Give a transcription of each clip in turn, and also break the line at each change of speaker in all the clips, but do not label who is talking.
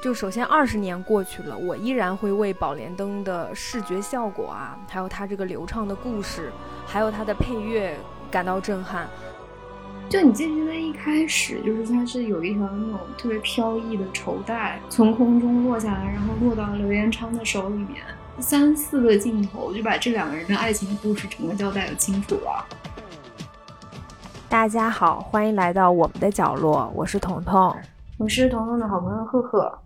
就首先二十年过去了，我依然会为宝莲灯的视觉效果啊，还有它这个流畅的故事，还有它的配乐感到震撼。
就你记不记得一开始，就是它是有一条那种特别飘逸的绸带从空中落下来，然后落到刘延昌的手里面，三四个镜头就把这两个人的爱情故事整个交代的清楚了。
大家好，欢迎来到我们的角落，我是彤彤，
我是彤彤的好朋友赫赫。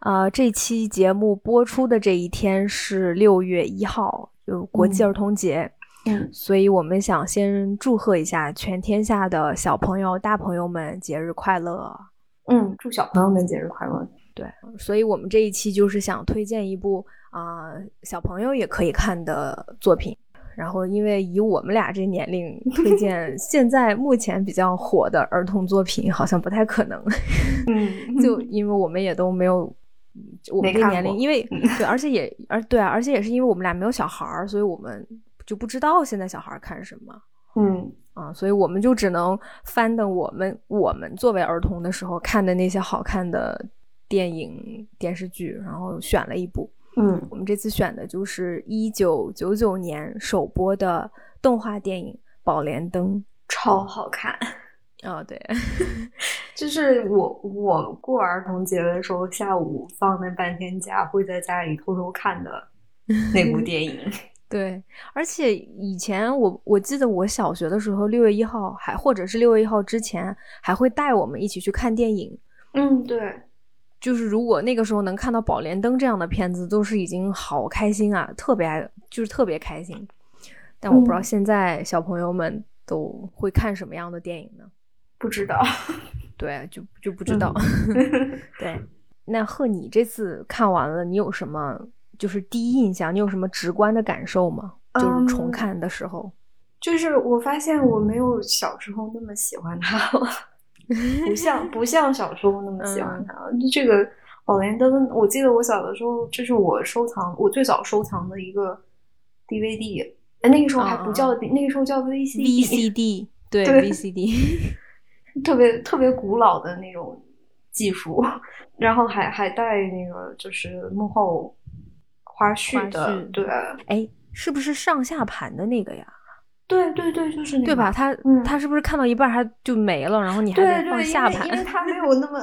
呃，这期节目播出的这一天是六月一号，就国际儿童节。
嗯，
所以我们想先祝贺一下全天下的小朋友、大朋友们节日快乐。啊
嗯，祝小朋友们节日快乐。
对，所以我们这一期就是想推荐一部啊、呃小朋友也可以看的作品。然后，因为以我们俩这年龄推 荐现在目前比较火的儿童作品，好像不太可 能。
嗯
就因为我们也都没有，我们
没
这个
看
年龄，
过
因为
嗯
对，而且也而对啊，而且也是因为我们俩没有小孩儿，所以我们就不知道现在小孩儿看什么。
嗯，
啊，所以我们就只能翻的我们我们作为儿童的时候看的那些好看的电影电视剧，然后选了一部。
嗯，
我们这次选的就是一九九九年首播的动画电影《宝莲灯
超好看。》。
啊，对，
就是我我过儿童节的时候，下午放那半天假，会在家里偷偷看的那 部电影。
对，而且以前我我记得我小学的时候，六月一号还或者是六月一号之前，还会带我们一起去看电影。
嗯，对，
就是如果那个时候能看到《宝莲灯》这样的片子，都是已经好开心啊，特别爱，就是特别开心。但我不知道
嗯
现在小朋友们都会看什么样的电影呢？
不知道。
对，啊就就不知道。
嗯
对，那贺，你这次看完了，你有什么就是第一印象？你有什么直观的感受吗？就是重
嗯
看的时候，
就是我发现我没有小时候那么喜欢他了，不像不像小时候那么喜
嗯
欢他了。就这个宝莲灯，我记得我小的时候，这是我收藏我最早收藏的一个 DVD，哎那个时候
嗯
还不叫、那个时候叫 VCD，
VCD，对
对
VCD，
特别特别古老的那种技术，然后还还带那个就是幕后花絮的，
花絮
对
哎，是不是上下盘的那个呀？
对对对，就是那个
对吧？他
嗯
他是不是看到一半他就没了，然后你还
对对，
得
因
放
为
下
因为
盘？
它没有那么，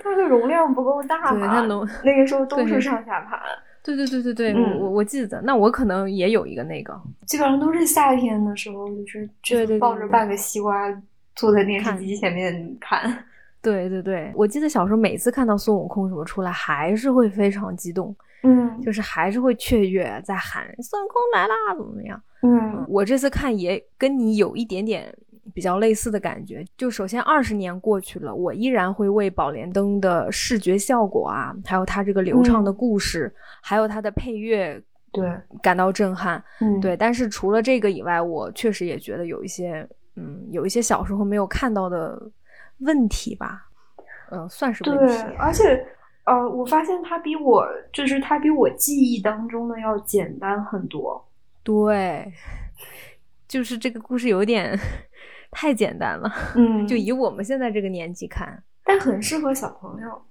它的容量不够大
对，
嘛。
他能，
那个时候都
对
是上下盘，
对对对对对，我
嗯
我我记得，那我可能也有一个那个，
基本上都是夏天的时候，就是就
对对
是
对
抱着半个西瓜坐在电视
看
机前面看。
对对对，我记得小时候每次看到孙悟空什么出来，还是会非常激动，
嗯
就是还是会雀跃，在喊孙悟空来啦，怎么怎么样？
嗯
我这次看也跟你有一点点比较类似的感觉。就首先二十年过去了，我依然会为宝莲灯的视觉效果啊，还有它这个流畅的
嗯
故事，还有它的配乐
对，
感到震撼。
嗯
对，但是除了这个以外，我确实也觉得有一些，嗯，有一些小时候没有看到的问题吧，嗯、算是问
对
题。，
而且呃，我发现它比我就是它比我记忆当中的要简单 很多。
对，就是这个故事有点太简单了，
嗯
就以我们现在这个年纪看，
但很适合小朋友。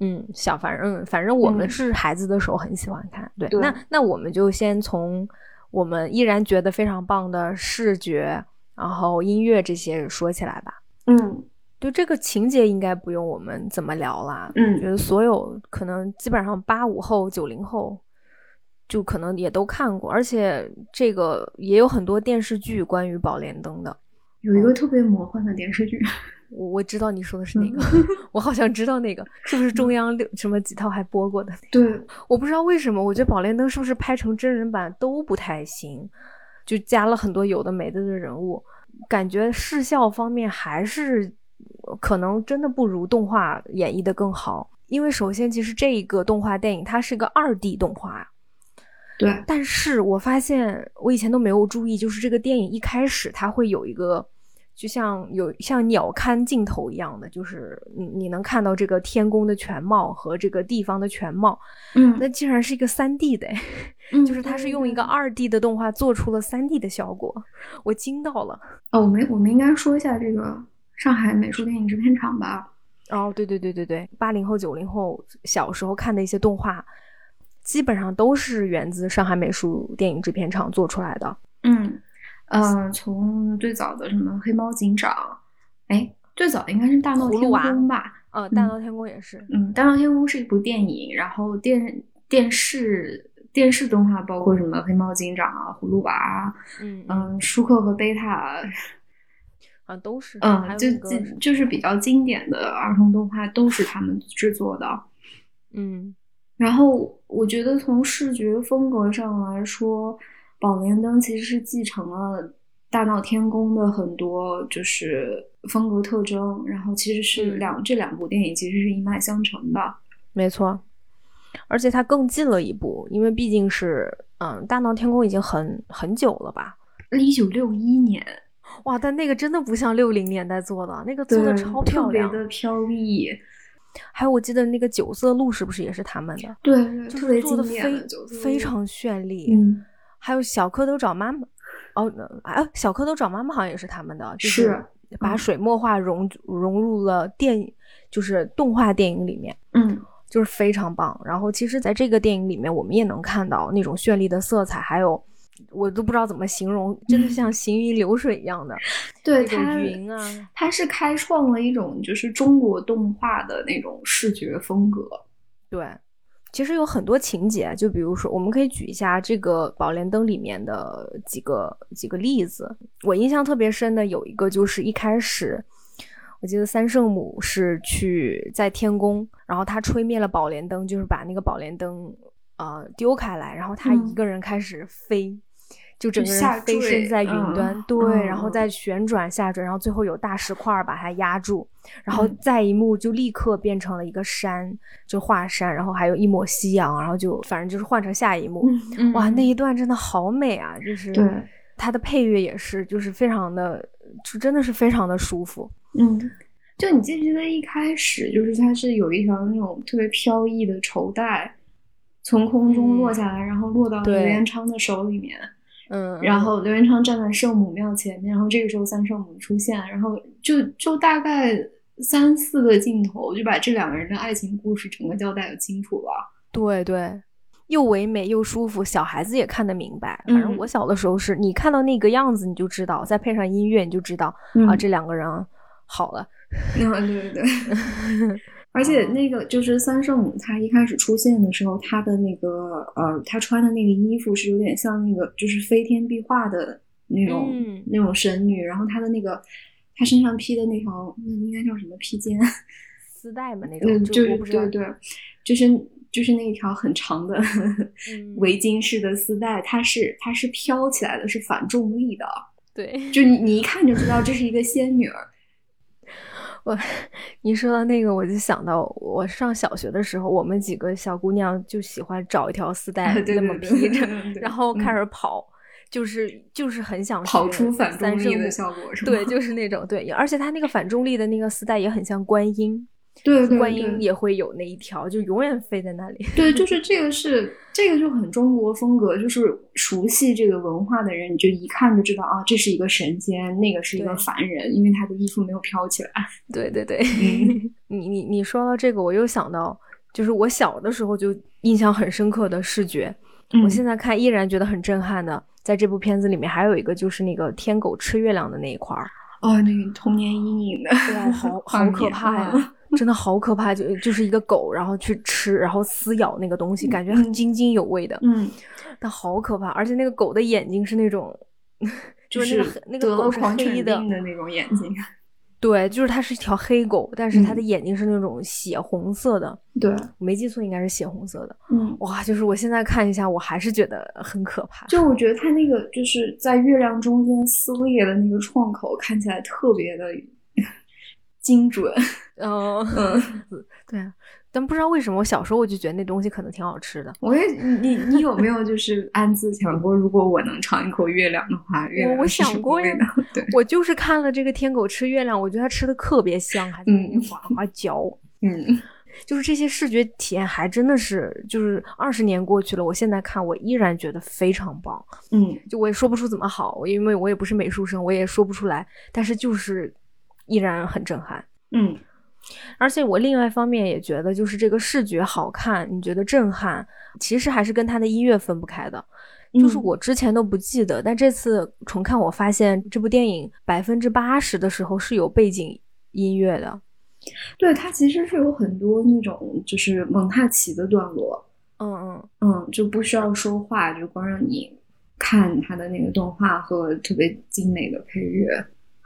嗯，小反正反正我们
嗯
是孩子的时候很喜欢看，对，
对
那那我们就先从我们依然觉得非常棒的视觉，然后音乐这些说起来吧。
嗯
就这个情节应该不用我们怎么聊啦，
嗯
觉得所有可能基本上八五后、九零后，就可能也都看过，而且这个也有很多电视剧关于宝莲灯的。
有一个特别魔幻的电视剧，
我我知道你说的是哪个， 我好像知道那个是不是中央六什么几套还播过的那
对，
个？我不知道为什么，我觉得宝莲灯是不是拍成真人版都不太行，就加了很多有的没的的人物，感觉视效方面还是呃可能真的不如动画演绎的更好。因为首先，其实这一个动画电影它是个二 D 动画，
对，
但是我发现我以前都没有注意，就是这个电影一开始它会有一个，就像有像鸟瞰镜头一样的，就是你你能看到这个天宫的全貌和这个地方的全貌。
嗯
那竟然是一个三 D 的，
嗯
就是它是用一个
对对对
二 D 的动画做出了三 D 的效果，我惊到了。
哦，我们我们应该说一下这个上海美术电影制片厂吧。
哦，对对对对对，八零后、九零后小时候看的一些动画，基本上都是源自上海美术电影制片厂做出来的。
嗯嗯、呃，从最早的什么黑猫警长，哎，最早应该是《大闹天
葫芦娃
宫》吧？
呃，《大闹天宫》也是。
嗯，《大闹天宫》是一部电影，然后电电视电视动画包括什么黑猫警长啊、葫芦娃啊，
嗯
嗯，舒克和贝塔，
啊，都是。还
嗯，
有
就
那个
就是就是比较经典的儿童动画都是他们制作的。
嗯
然后我觉得从视觉风格上来说，《宝莲灯》其实是继承了《大闹天宫》的很多就是风格特征，然后其实是
嗯
两、这两部电影其实是一脉相承的。
没错，而且它更近了一步，因为毕竟是嗯，《大闹天宫》已经很很久了吧？
一九六一年，
哇，但那个真的不像六零年代做的，那个做的超漂
特别
亮。
的飘逸，
还有我记得那个九色鹿是不是也是他们的？
对，
就
特
是
别
做的
经典
非
的九色鹿
非常绚丽。
嗯
还有小蝌蚪找妈妈，哦，那啊，小蝌蚪找妈妈好像也是他们的，就是把
嗯
水墨画融、融入了电影，就是动画电影里面。
嗯
就是非常棒。然后其实，在这个电影里面，我们也能看到那种绚丽的色彩，还有我都不知道怎么形容，真
嗯
的像行云流水一样的
对
那种
它
云啊。
它是开创了一种就是中国动画的那种视觉风格。
对，其实有很多情节，就比如说，我们可以举一下这个《宝莲灯》里面的几个几个例子。我印象特别深的有一个，就是一开始。我记得三圣母是去在天宫，然后她吹灭了宝莲灯，就是把那个宝莲灯呃丢开来，然后她
嗯
一个人开始飞，就整个
下
人飞
坠
升在云
嗯
端，对，
嗯
然后
嗯
再旋转下坠，然后最后有大石块儿把它压住，然
嗯
后再一幕就立刻变成了一个山，就画山，然后还有一抹夕阳，然后就反正就是换成下一幕。
嗯
哇，那一段真的好美啊！就是
对，
它的配乐也是，就是非常的，就真的是非常的舒服。
嗯，就你记不记得一开始就是它是有一条那种特别飘逸的绸带从空中落下来，然后落
嗯
到
对
刘元昌的手里面，
嗯，
然后刘元昌站在圣母庙前面，然后这个时候三圣母出现，然后就就大概三四个镜头就把这两个人的爱情故事整个交代的清楚了。
对对，又唯美又舒服，小孩子也看得明白。反正
嗯
我小的时候是，你看到那个样子你就知道，再配上音乐你就知道、啊，这两个人好了。
嗯，对对对。 而且
嗯
那个就是三圣母，她一开始出现的时候，她的那个呃，她穿的那个衣服是有点像那个就是飞天壁画的那种、
嗯
那种神女，然后她的那个她身上披的那条那应该叫什么 披肩？
丝带嘛那种，
嗯，
就
就
我
是
不知道
对对，就是就是那一条很长的
嗯
围巾式的丝带，它是它是飘起来的，是反重力的，
对，
就你你一看就知道这是一个仙女儿。
我 你说到那个，我就想到我上小学的时候，我们几个小姑娘就喜欢找一条丝带
啊 对
哎那
对
么
对
披着，
对对
然后
嗯
开始跑，就是就是很想
跑
学
出反
三
重力
圣
的
母
效 果是吗？
对，就是那种对，而且它那个反重力的那个丝带也很像观音，
对对
观
对
音也会有那一条，就永远飞在那里。
对，就是这个是这个就很中国风格，就是熟悉这个文化的人，你就一看就知道啊，这是一个神仙，那个是一个
对
凡人，因为他的衣服没有飘起来。
对对对，
嗯
你你你说到这个，我又想到，就是我小的时候就印象很深刻的视觉，
嗯
我现在看依然觉得很震撼的。在这部片子里面，还有一个就是那个天狗吃月亮的那一块儿，
哦，那个童年阴影的，
哇，好好可怕呀！
嗯
真的好可怕，就就是一个狗，然后去吃，然后撕咬那个东西，感觉很
嗯
津津有味的，
嗯，
但好可怕。而且那个狗的眼睛是那种， 就是那个黑那
得
个
了
狗是
狂犬
黑
病
的，
的那种眼 睛。
对，就是它是一条黑狗，但是它的
嗯
眼睛是那种血红色的，
对，
我没记错应该是血红色的。
嗯，
哇，就是我现在看一下，我还是觉得很可怕。
就我觉得他那个就是在月亮中间撕裂的那个创口，看起来特别的 精准。
嗯，
嗯，
对啊，但不知道为什么，我小时候我就觉得那东西可能挺好吃的。
我也你你你有没有就是暗自想过，如果我能尝一口月亮的话，月亮
我
是什
想
么
过
味
呀
道？对，
我就是看了这个天狗吃月亮，我觉得它吃的特别香，还在那里哗哗嚼。
嗯，
就是这些视觉体验，还真的是，就是二十年过去了，我现在看，我依然觉得非常棒。
嗯，
就我也说不出怎么好，因为我也不是美术生，我也说不出来，但是就是依然很震撼。
嗯，
而且我另外一方面也觉得，就是这个视觉好看，你觉得震撼，其实还是跟他的音乐分不开的。就是我之前都不记得，但这次重看，我发现这部电影百分之八十的时候是有背景音乐的。
对，它其实是有很多那种就是蒙太奇的段落，
嗯嗯，
嗯，就不需要说话，就光让你看它的那个动画和特别精美的配乐。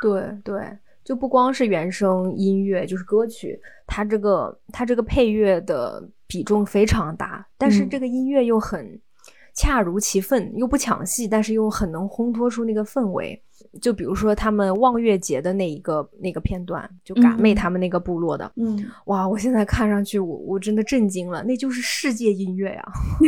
对对，就不光是原声音乐，就是歌曲，它这个它这个配乐的比重非常大，但是这个音乐又很恰如其分，又不抢戏，但是又很能烘托出那个氛围。就比如说他们望月节的那一个那个片段，就嘎妹他们那个部落的，
嗯，
哇！我现在看上去我，我真的震惊了，那就是世界音乐呀、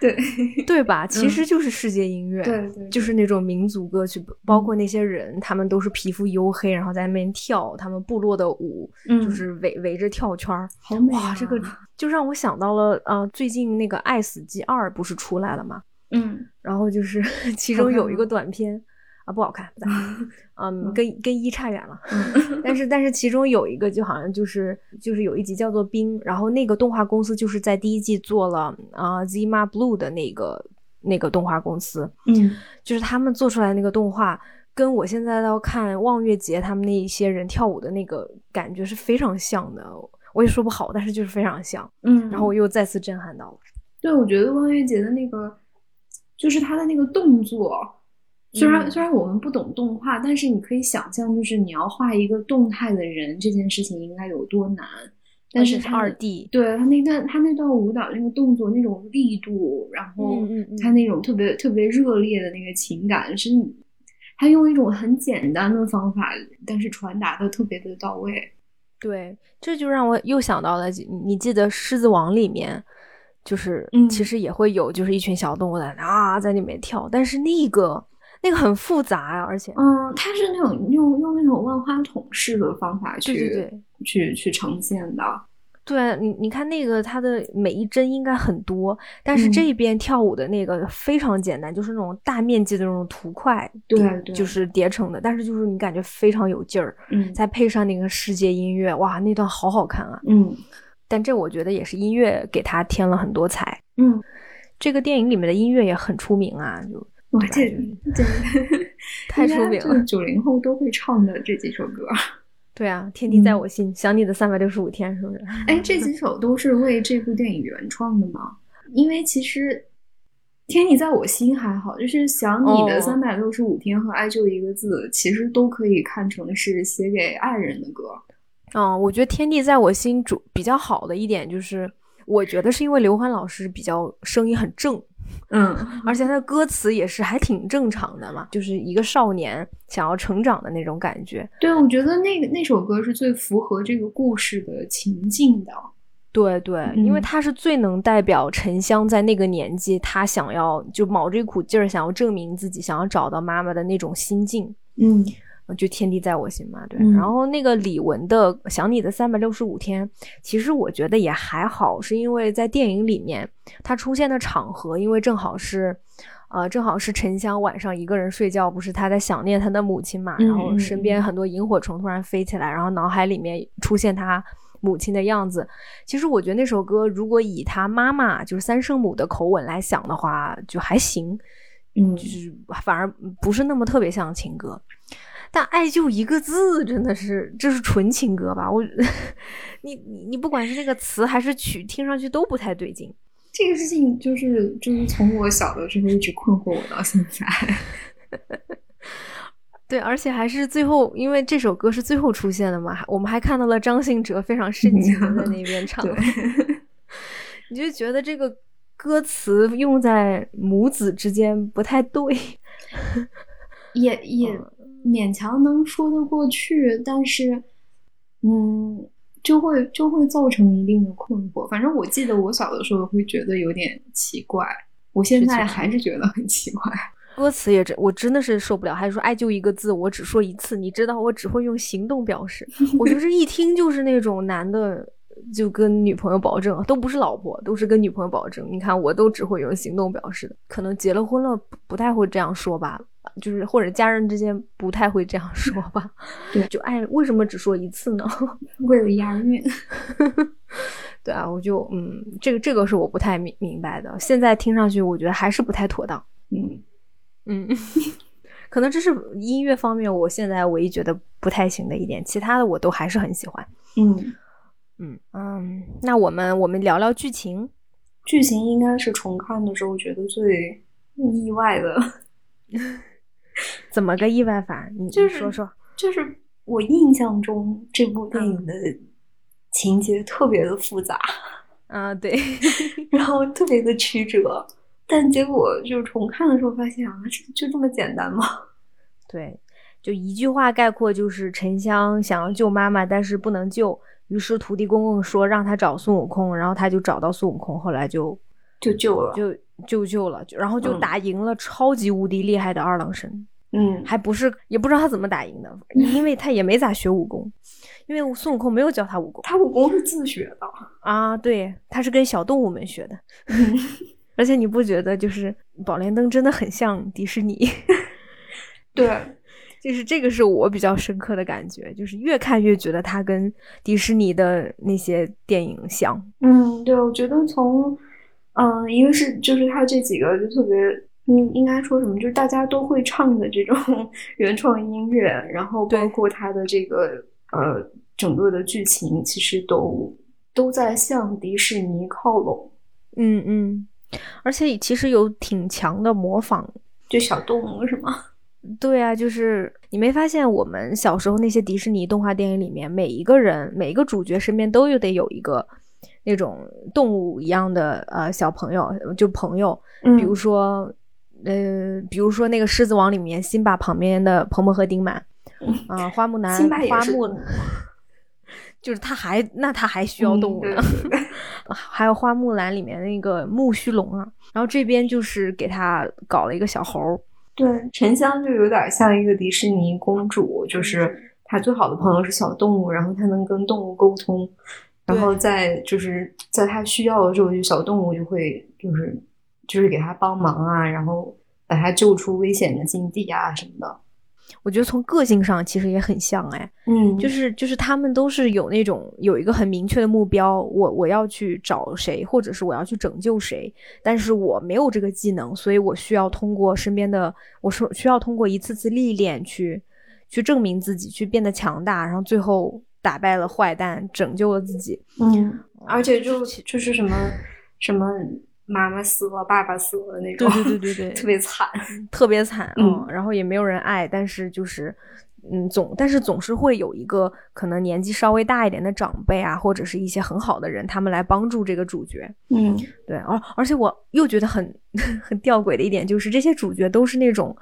对
对吧？其实就是世界音乐，
对对，
就是那种民族歌曲，包
嗯
括那些人，他们都是皮肤黝黑，然后在那边跳他们部落的舞，
嗯
就是啊围围着跳圈儿，
好美、啊
哇！这个就让我想到了，呃，最近那个《爱死机二》不是出来了吗？
嗯
然后就是 其
好
中
看
有一
吗嗯
个短片啊，不好看，不咋 好看嗯，跟跟一差远了。
嗯
但是但是其中有一个就好像就是就是有一集叫做冰，然后那个动画公司就是在第一季做了啊、呃、Zima Blue 的那个那个动画公司，
嗯
就是他们做出来那个动画。跟我现在要看望月节他们那一些人跳舞的那个感觉是非常像的，我也说不好，但是就是非常像。
嗯，
然后我又再次震撼到了。
对，我觉得汪月姐的那个，就是她的那个动作，虽然、
嗯
虽然我们不懂动画，但是你可以想象，就是你要画一个动态的人，这件事情应该有多难。但
而且
是
是
她
二 D，
对她那段她那段舞蹈那个动作那种力度，然后
嗯嗯嗯
她那种特别特别热烈的那个情感，是你她用一种很简单的方法，但是传达的特别的到位。
对，这就让我又想到了，你你记得《狮子王》里面，就是
嗯
其实也会有，就是一群小动物在那啊在里面跳，但是那个那个很复杂呀、啊而且
嗯，她是那种用用那种万花筒式的方法去
对对对
去去呈现的。
对，啊你你看那个它的每一帧应该很多，但是
嗯
这边跳舞的那个非常简单，就是那种大面积的那种图块，
对
叠
对
就是叠成的，但是就是你感觉非常有劲儿，
嗯
再配上那个世界音乐，哇，那段好好看啊！
嗯
但这我觉得也是音乐给它添了很多彩。
嗯，
这个电影里面的音乐也很出名啊，就
哇，
对吧
这这
太出名了。
九零后都会唱的这几首歌，
对啊，
嗯
天地在我心，想你的三百六十五天，是不是？
哎，这几首都是为这部电影原创的吗？因为其实《天你在我心》还好，就是想你的
哦
三百六十五天和爱就一个字，其实都可以看成是写给爱人的歌。
嗯，我觉得天地在我心主比较好的一点就是，我觉得是因为刘欢老师比较声音很正，
嗯
而且他的歌词也是还挺正常的嘛，就是一个少年想要成长的那种感觉。
对，我觉得那个那首歌是最符合这个故事的情境的。
对对，因为
嗯
他是最能代表沉香在那个年纪，他想要就卯这股劲儿，想要证明自己，想要找到妈妈的那种心境。
嗯
就天地在我心嘛，对。
嗯
然后那个李玟的《想你的三百六十五天》，其实我觉得也还好，是因为在电影里面它出现的场合，因为正好是，呃，正好是沉香晚上一个人睡觉，不是他在想念他的母亲嘛，
嗯
然后
嗯
身边很多萤火虫突然飞起来，然后脑海里面出现他。母亲的样子，其实我觉得那首歌如果以他妈妈就是三圣母的口吻来想的话，就还行，
嗯
就是反而不是那么特别像情歌。但爱就一个字，真的是这是纯情歌吧？我， 你你你不管是那个词还是曲，听上去都不太对劲。
这个事情就是就是从我小的时候一直困惑我到现在。
对，而且还是最后，因为这首歌是最后出现的嘛，还我们还看到了张信哲非常深情的在那边唱， 你就觉得这个歌词用在母子之间不太对。
也也勉强能说得过去，但是，嗯，就会就会造成一定的困惑。反正我记得我小的时候会觉得有点奇怪，我现在还是觉得很奇 怪。
歌词也真，我真的是受不了。还说爱就一个字，我只说一次，你知道，我只会用行动表示。我就是一听就是那种男的，就跟女朋友保证，啊都不是老婆，都是跟女朋友保证。你看，我都只会用行动表示的，可能结了婚了不不太会这样说吧。就是或者家人之间不太会这样说吧。
对
就爱为什么只说一次呢？
为了押韵，
对啊，我就嗯，这个这个是我不太明明白的。现在听上去，我觉得还是不太妥当。
嗯，
嗯， 可能这是音乐方面我现在唯一觉得不太行的一点，其他的我都还是很喜欢。
嗯，
嗯嗯，那我们我们聊聊剧情。
剧情应该是重看的时候觉得最意外的，
怎么个意外法？你
就
你
是
说说。
就是我印象中这部电影的情节特别的复杂，
啊， 对，
然后特别的曲折，但结果就重看的时候发现啊，这就这么简单吗？
对，就一句话概括，就是沉香想要救妈妈，但是不能救，于是土地公公说让他找孙悟空，然后他就找到孙悟空，后来就
就救了，
就就救了，就然后就
嗯
打赢了超级无敌厉害的二郎神，
嗯，
还不是也不知道他怎么打赢的，因为他也没咋学武功，因为孙悟空没有教他 武功
他武功是自学的，
啊，对，他是跟小动物们学的， 而且你不觉得就是宝莲灯真的很像迪士尼？
对，
就是这个是我比较深刻的感觉，就是越看越觉得它跟迪士尼的那些电影像。
嗯，对，我觉得从，嗯，一个是就是他这几个就特别，嗯，应该说什么，就是大家都会唱的这种 原创音乐，然后包
对
括他的这个呃整个的剧情，其实都都在向迪士尼靠拢，
嗯嗯，而且其实有挺强的模仿。
就小动物是吗？
对啊，就是你没发现我们小时候那些迪士尼动画电影里面，每一个人每一个主角身边都有得有一个那种动物一样的呃小朋友，就朋友，
嗯
比如说，呃，比如说那个《狮子王》里面，辛巴旁边的彭彭和 丁满，啊、花木兰
辛巴、也
花
是
木
动物，
就是他还那他还需要动物呢，
嗯对对对
还有花木兰里面那个木须龙啊，然后这边就是给他搞了一个小猴儿，
对，嗯沉香就有点像一个迪士尼公主，就是她最好的朋友是小动物，然后她能跟动物沟通，然后
对
在就是在她需要的时候，就小动物就会就是就是给她帮忙啊，然后把她救出危险的境地啊什么的。
我觉得从个性上其实也很像哎，
嗯
就是是就是他们都是有那种有一个很明确的目标，我我要去找谁，或者是我要去拯救谁，但是我没有这个技能，所以我需要通过身边的，我说需要通过一次次历练去去证明自己，去变得强大，然后最后打败了坏蛋，拯救了自己。
嗯，而且就
就是
就是什么什么妈妈死了，爸爸死了那种，
对对对
特别惨。
特别惨，
嗯
嗯，然后也没有人爱，但是就是，嗯，总但是总是会有一个可能年纪稍微大一点的长辈啊，或者是一些很好的人，他们来帮助这个主角。
嗯
对，而而且我又觉得很 很吊诡的一点就是，这些主角都是那种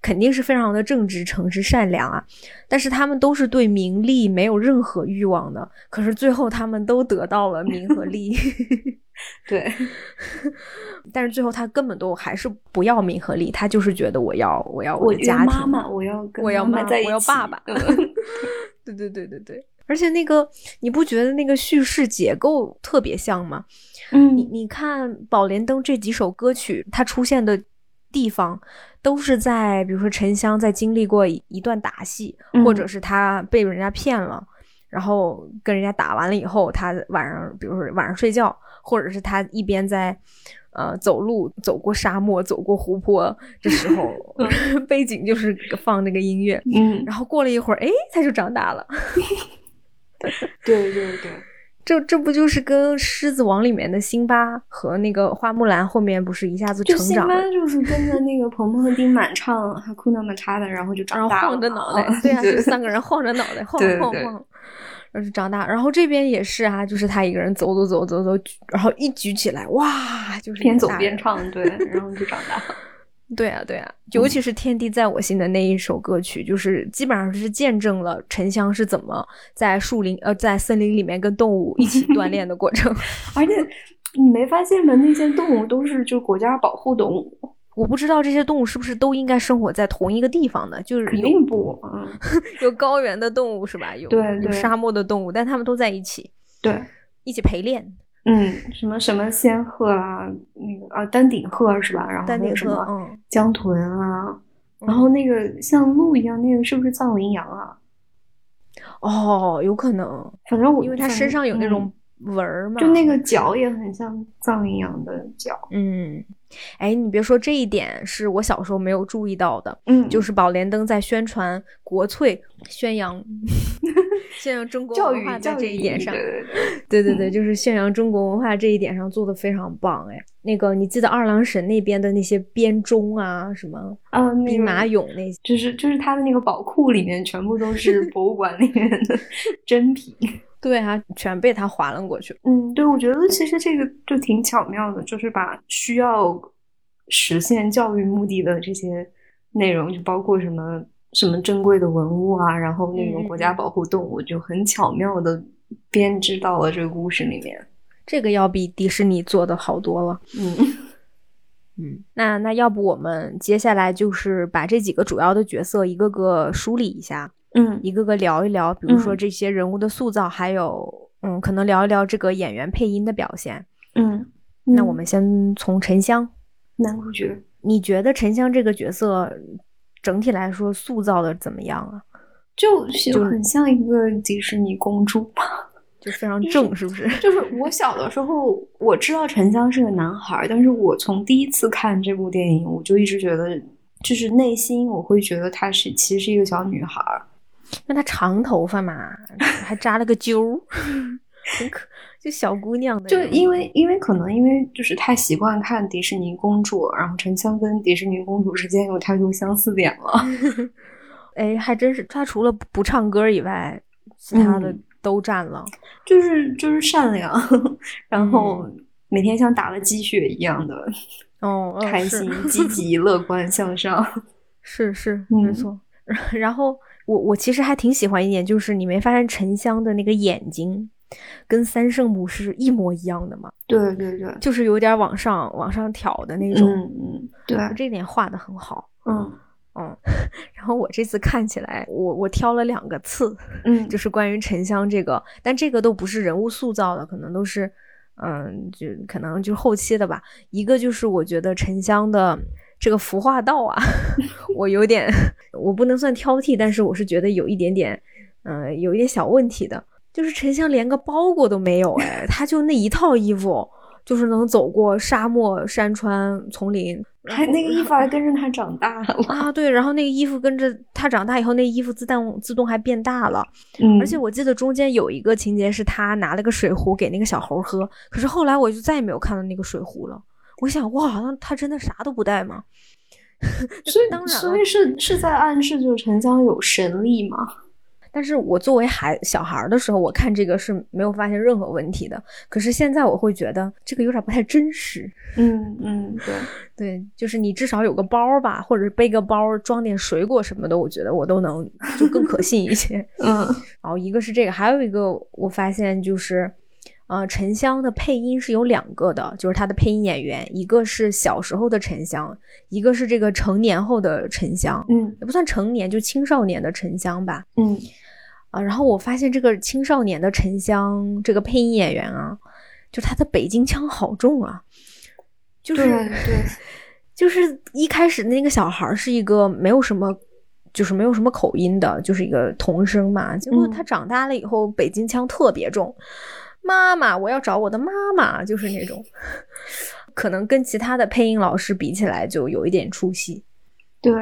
肯定是非常的正直、诚实、善良啊，但是他们都是对名利没有任何欲望的，可是最后他们都得到了名和 利，
对，
但是最后他根本都还是不要名和利，他就是觉得我要我要
我
的
要
家庭，
妈妈，我要跟
我要
妈
妈
在一起，
我要爸爸
嗯
对对对对对，而且那个你不觉得那个叙事结构特别像吗？你
嗯，
你看《宝莲灯》这几首歌曲，它出现的地方都是在，比如说沉香在经历过一一段打戏，
嗯
或者是他被人家骗了，然后跟人家打完了以后，他晚上，比如说晚上睡觉，或者是他一边在。呃，走路走过沙漠，走过湖泊，这时候 背景就是放那个音乐，
嗯，
然后过了一会儿，哎，他就长大了。
对对对，
这这不就是跟《狮子王》里面的辛巴和那个花木兰后面不是一下子
就
成
辛
长
巴
了，
就是跟着那个鹏鹏和丁满唱《哈库纳马塔的，然后就
然
长
后
大了，
晃着脑袋，对
对
啊，就三个人晃着脑袋，晃
对
晃
对
晃，然后就长大。然后这边也是啊，就是他一个人走走走走走，然后一举起来，哇，就是
边走
一个大
边
人。
唱， 对，然后就长大了。
对啊，对啊，尤其是《天地在我心》的那一首歌曲，就是基本上是见证了沉香是怎么在树林呃在森林里面跟动物一起锻炼的过程。
而且你没发现吗？那些动物都是就国家保护动物，
我不知道这些动物是不是都应该生活在同一个地方呢？就是
肯
有
定不，嗯，
有高原的动物是吧？有
对
有
对
沙漠的动物，但它们都在一起，
对。
一起陪练。
嗯，什么什么仙鹤啊，那个啊丹顶鹤是吧？然后
丹
那
顶
个什
鹤，
么
嗯，
江豚啊，然后那个像鹿一样，那个是不是藏羚羊啊？
哦，有可能，嗯
反正我
因为它身上有那种纹儿嘛、
就那个脚也很像藏羚羊的脚。
嗯，哎，你别说这一点是我小时候没有注意到的，
嗯
就是宝莲灯在宣传国粹、宣扬 宣扬中国
教
文
育
化在
教
这
育
一点上
对，对
对
对
对对，就是宣扬中国文化这一点上做的非常棒。哎，那个你记得二郎神那边的那些编钟啊，什么
啊，那
兵
个
马俑那些，
就是就是他的那个宝库里面全部都 是博物馆里面 的珍品。
对啊，全被他划楞过去了。
嗯，对，我觉得其实这个就挺巧妙的，就是把需要实现教育目的的这些内容，就包括什么什么珍贵的文物啊，然后那种国
嗯
家
嗯嗯
保护动物，就很巧妙的编织到了这个故事里面。
这个要比迪士尼做的好多了。
嗯，
嗯，那那要不我们接下来就是把这几个主要的角色一个个梳理一下，
嗯，
一个个聊一聊，比如说
嗯
这些人物的塑造，还有嗯，可能聊一聊这个演员配音的表现。
嗯，
那我们先从沉香，
男主角，
你觉得沉香这个角色整体来说塑造的怎么样啊？
就是
就
很像一个迪士尼公主吧。
就非常正，是不是？
就是我小的时候，我知道沉香是个男孩儿，但是我从第一次看这部电影，我就一直觉得，就是内心我会觉得她是其实是一个小女孩儿。
那她长头发嘛，还扎了个揪 儿，很可，就小姑娘的
就
那种。
因为因为可能因为就是太习惯看迪士尼公主，然后沉香跟迪士尼公主之间有太多相似点了。
哎，还真是，她除了不唱歌以外，其他的
嗯
都占了。
就是就是善良，然后每天像打了鸡血一样的
哦，嗯
开
是
心、 积极、乐观、向上。
是是，
嗯
没错。 然后我我其实还挺喜欢一点，就是你没发现沉香的那个眼睛，跟三圣母是一模一样的吗？
对对对，
就是有点往上往上挑的那种，
嗯嗯，对，
这点画的很好。
嗯
嗯， 然后我这次看起来，我我挑了两个刺，
嗯
就是关于沉香这个，但这个都不是人物塑造的，可能都是，嗯，就可能就是后期的吧。一个就是我觉得沉香的这个服化道啊， 我有点，我不能算挑剔，但是我是觉得有一点点，嗯，有一点小问题的，就是沉香连个包裹都没有，哎，他就那一套衣服。就是能走过沙漠、山川、丛林，然
还
后
那个衣服还跟着他长大了。
啊，对，然后那个衣服跟着他长大以后，那衣服自动自动还变大了。
嗯，
而且我记得中间有一个情节是他拿了个水壶给那个小猴喝，可是后来我就再也没有看到那个水壶了。我想，哇，那他真的啥都不带吗？
所以
当然
所
了
以是是在暗示就是沉香有神力嘛？
但是我作为孩小孩儿的时候，我看这个是没有发现任何问题的。可是现在我会觉得这个有点不太真实。
嗯嗯，对，
对，就是你至少有个包儿吧，或者背个包儿装点水果什么的，我觉得我都能就更可信一些。
嗯
然后一个是这个，还有一个我发现就是，呃，沉香的配音是有两个的，就是他的配音演员，一个是小时候的沉香，一个是这个成年后的沉香，
嗯
也不算成年，就青少年的沉香吧。
嗯
啊，然后我发现这个青少年的沉香这个配音演员啊，就他的北京腔好重啊，就
对啊
是
对，
就是一开始那个小孩儿是一个没有什么，就是没有什么口音的，就是一个童声嘛。结果他
嗯
长大了以后，北京腔特别重，妈妈，我要找我的妈妈，就是那种， 可能跟其他的配音老师比起来就有一点出息。
对，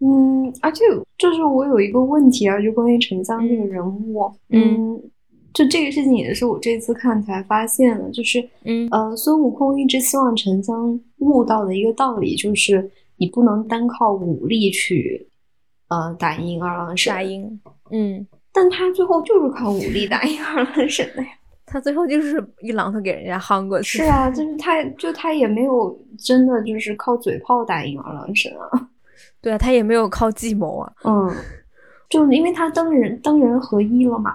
嗯，而且就是我有一个问题啊，就关于沉香这个人物，
嗯
嗯，就这个事情也是我这次看才发现的，就是
嗯
呃，孙悟空一直希望沉香悟到的一个道理就是，你不能单靠武力去呃打赢二郎神，
沙鹰，嗯，
但他最后就是靠武力打赢二郎神的呀。
他最后就是一榔头给人家夯过去
是。啊，就是他，就他也没有真的就是靠嘴炮打赢二郎神啊。
对啊，他也没有靠计谋啊。
嗯，就是因为他登人登人合一了嘛，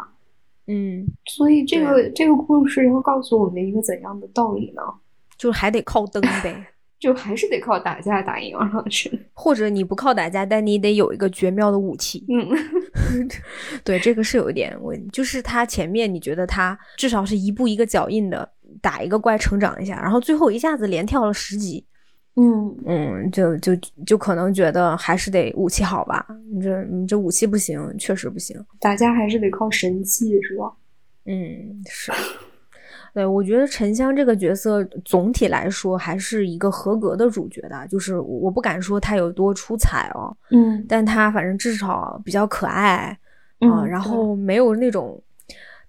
嗯，
所以这个这个故事要告诉我们一个怎样的道理呢？
就是还得靠蹬 呗。
就还是得靠打架打赢啊二郎神。
或者你不靠打架，但你得有一个绝妙的武器。
嗯，
对，这个是有一点问，就是他前面你觉得他至少是一步一个脚印的打一个怪成长一下，然后最后一下子连跳了十级，
嗯
嗯，就就就可能觉得还是得武器好吧，你这你这武器不行，确实不行。
打架还是得靠神器，是吧？
嗯，是。对，我觉得沉香这个角色总体来说还是一个合格的主角的，就是我不敢说他有多出彩哦，
嗯
但他反正至少比较可爱啊、然后没有那种，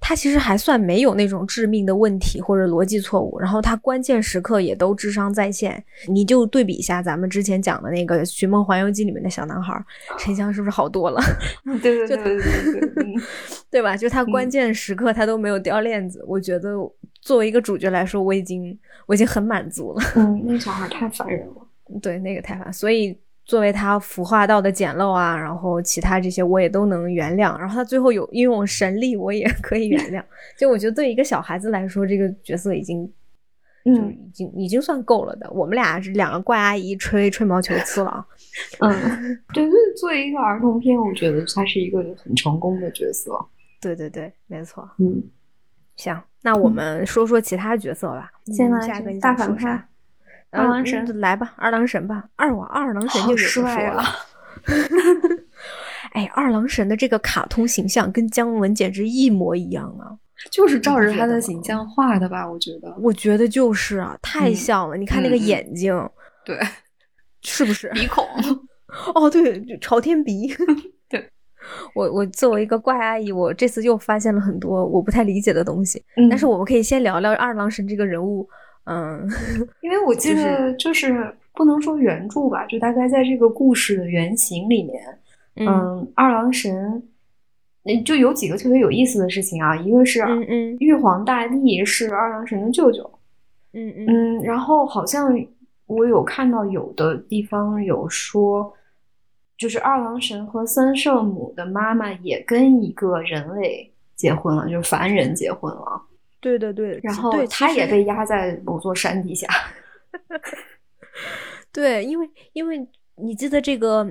他其实还算没有那种致命的问题或者逻辑错误，然后他关键时刻也都智商在线，你就对比一下咱们之前讲的那个《寻梦环游记》里面的小男孩儿沉香是不是好多了？
对对对对对对对，嗯
对吧？就他关
嗯
键时刻他都没有掉链子，我觉得作为一个主角来说，我已经我已经很满足了。
嗯，那小孩太烦人了。
对，那个太烦，所以作为他腐化到的简陋啊，然后其他这些我也都能原谅。然后他最后有拥有神力，我也 可以原谅。就我觉得对一个小孩子来说，这个角色已经。就
嗯
已经已经算够了的，我们俩是两个怪阿姨吹吹毛求疵了啊。
嗯，对，就是作为一个儿童片，我觉得他是一个很成功的角色。
对对对，没错。
嗯，
行，那我们说说其他角色吧。
先
嗯
来
下一个
是
你
啊
想
大反
说啥
派？二郎神
嗯来吧，二郎神吧，二娃二郎神就
好
有得
帅
说了！
啊
哎，二郎神的这个卡通形象跟姜文简直一模一样啊！
就是照着他
你不觉得吗
的形象画的吧？我觉得，
我觉得就是啊，太
嗯
像了。你看那个
嗯嗯
眼睛，
对，
是不是？
鼻孔，
哦，对，就朝天鼻。
对，
我我作为一个怪阿姨，我这次又发现了很多我不太理解的东西。
嗯
但是我们可以先聊聊二郎神这个人物。嗯，
因为我记
就
得就是不能说原著吧，就大概在这个故事的原型里面，嗯，二郎神，嗯就有几个特别有意思的事情啊，一个是
嗯嗯
玉皇大帝是二郎神的舅舅，
嗯嗯
嗯，然后好像我有看到有的地方有说，就是二郎神和三圣母的妈妈也跟一个人类结婚了，就是凡人结婚了，
对对对。
然后
对
他
其实
也被压在某座山底下，
对，因为因为你记得这个，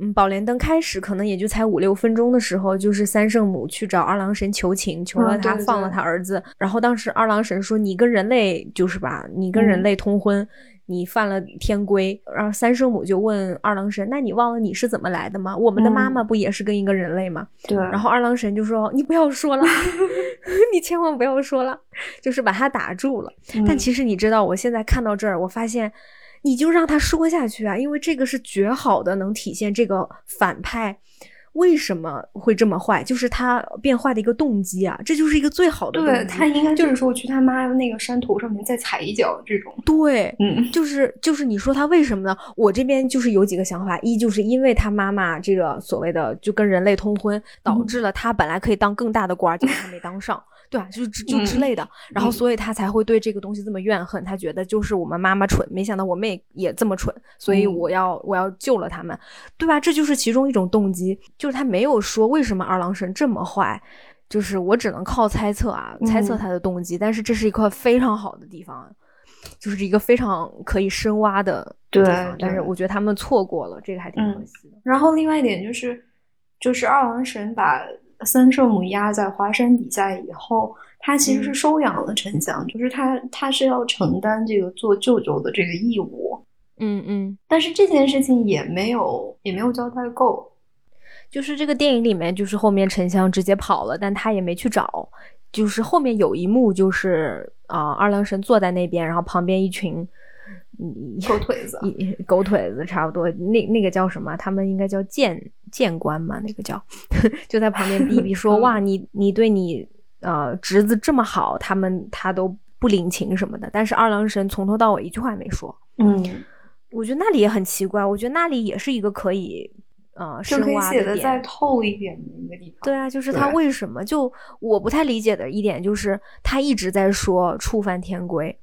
嗯，宝莲灯开始可能也就才五六分钟的时候，就是三圣母去找二郎神求情，求了
嗯对
他、
对
放
对
了他儿子。然后当时二郎神说：“你跟人类就是吧，你跟人
嗯
类通婚。你犯了天规，然后三圣母就问二郎神：“那你忘了你是怎么来的吗？我们的妈
嗯
妈不也是跟一个人类吗？”
对，
然后二郎神就说：“你不要说 了， 你千万不要说了。”就是把他打住了。但
嗯
其实你知道，我现在看到这儿，我发现你就让他说下去啊，因为这个是绝好的，能体现这个反派为什么会这么坏，就是他变坏的一个动机啊，这就是一个最好的
对
动机。
他应该就是说去他妈那个山头上面再踩一脚这种，
对，
嗯
就是就是你说他为什么呢？我这边就是有几个想法，一就是因为他妈妈这个所谓的就跟人类通婚，导
嗯
致了他本来可以当更大的官儿，结果他没当上，对吧、就就就之
嗯
类的，然后
嗯
所以他才会对这个东西这么怨恨，他觉得就是我们妈妈蠢，没想到我妹也这么蠢，所以
嗯
我要、我要救了他们，对吧？这就是其中一种动机，就是他没有说为什么二郎神这么坏。就是我只能靠猜测啊，猜测
嗯
他的动机，但是这是一块非常好的地方，啊就是一个非常可以深挖的地
对
方，但是
对嗯
我觉得他们错过了，这个还挺可惜的。
然后另外一点就是，就是二郎神把三圣母压在华山底下以后，他其实
嗯
是收养了沉香，就是他他是要承担这个做舅舅的这个义务，
嗯嗯，
但是这件事情也没有也没有交代够。
就是这个电影里面，就是后面沉香直接跑了，但他也没去找。就是后面有一幕，就是啊、二郎神坐在那边，然后旁边一群嗯
狗腿子，啊
一狗腿子差不多，那那个叫什么？他们应该叫谏谏官嘛，那个叫 就在旁边逼逼说
嗯
哇，你你对你呃侄子这么好，他们他都不领情什么的。但是二郎神从头到尾一句话也没说，
嗯，
我觉得那里也很奇怪，我觉得那里也是一个可以呃
就
深
可以
挖
写
的
的
点
再透一点的一个地方。
对啊，就是他
对
为什么就我不太理解的一点就是他一直在说触犯天规，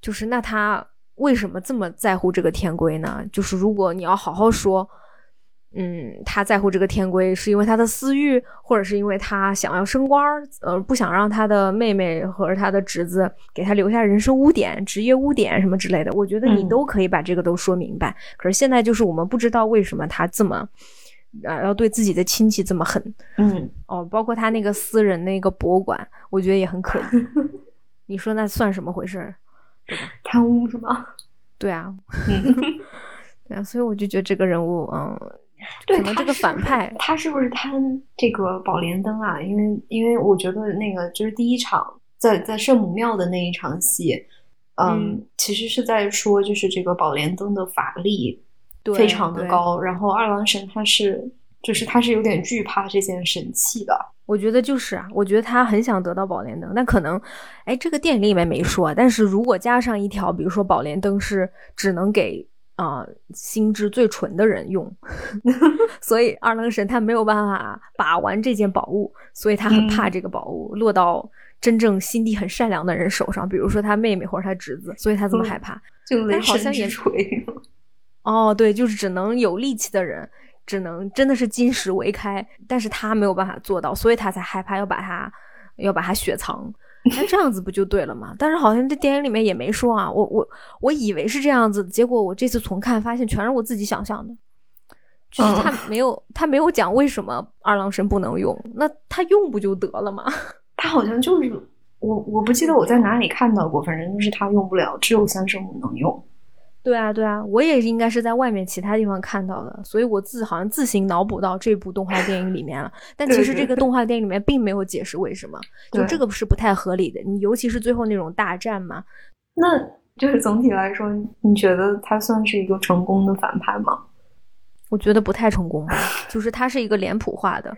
就是那他为什么这么在乎这个天规呢？就是如果你要好好说，嗯，他在乎这个天规是因为他的私欲，或者是因为他想要升官儿，呃，不想让他的妹妹和他的侄子给他留下人生污点、职业污点什么之类的。我觉得你
嗯
都可以把这个都说明白。可是现在就是我们不知道为什么他这么。啊，要对自己的亲戚这么狠，
嗯，
哦，包括他那个私人那个博物馆，我 觉得也很可疑。你说那算什么回事儿？
贪污是吗？
对啊，
嗯，
对啊，所以我就觉得这个人物，嗯，
对
可能这个反派，
他是不是贪这个宝莲灯啊？因为因为我觉得那个就是第一场在在圣母庙的那一场戏，嗯，
嗯
其实是在说就是这个宝莲灯的法力
对
非常的
对
高，然后二郎神他是就是他是有点惧怕这件神器的，
我觉得就是啊，我觉得他很想得到宝莲灯，但可能，哎，这个电影里面没说啊，但是如果加上一条，比如说宝莲灯是只能给啊、呃心智最纯的人用， 所以二郎神他没有办法把玩这件宝物，所以他很怕
嗯
这个宝物、落到真正心地很善良的人手上，比如说他妹妹或者他侄子，所以他这么
嗯
害怕。
就雷
但好
神
像
之
也
锤。
哦，对，就是只能有力气的人，只能真的是金石为开，但是他没有办法做到，所以他才害怕要把他要把他雪藏。那这样子不就对了吗？但是好像这电影里面也没说啊，我我我以为是这样子，结果我这次重看发现全是我自己想象的，就是他没有、他没有讲为什么二郎神不能用，那他用不就得了吗？
他好像就是我，我不记得我在哪里看到过，反正就是他用不了，只有三圣母能用。
对啊，对啊，我也应该是在外面其他地方看到的，所以我自好像自行脑补到这部动画电影里面了。但其实
对对
这个动画电影里面并没有解释为什么，就
对
这个是不太合理的。你尤其是最后那种大战嘛，
那就是总体来说，你觉得他算是一个成功的反派吗？
我觉得不太成 功吧，就是它是一个脸谱化的。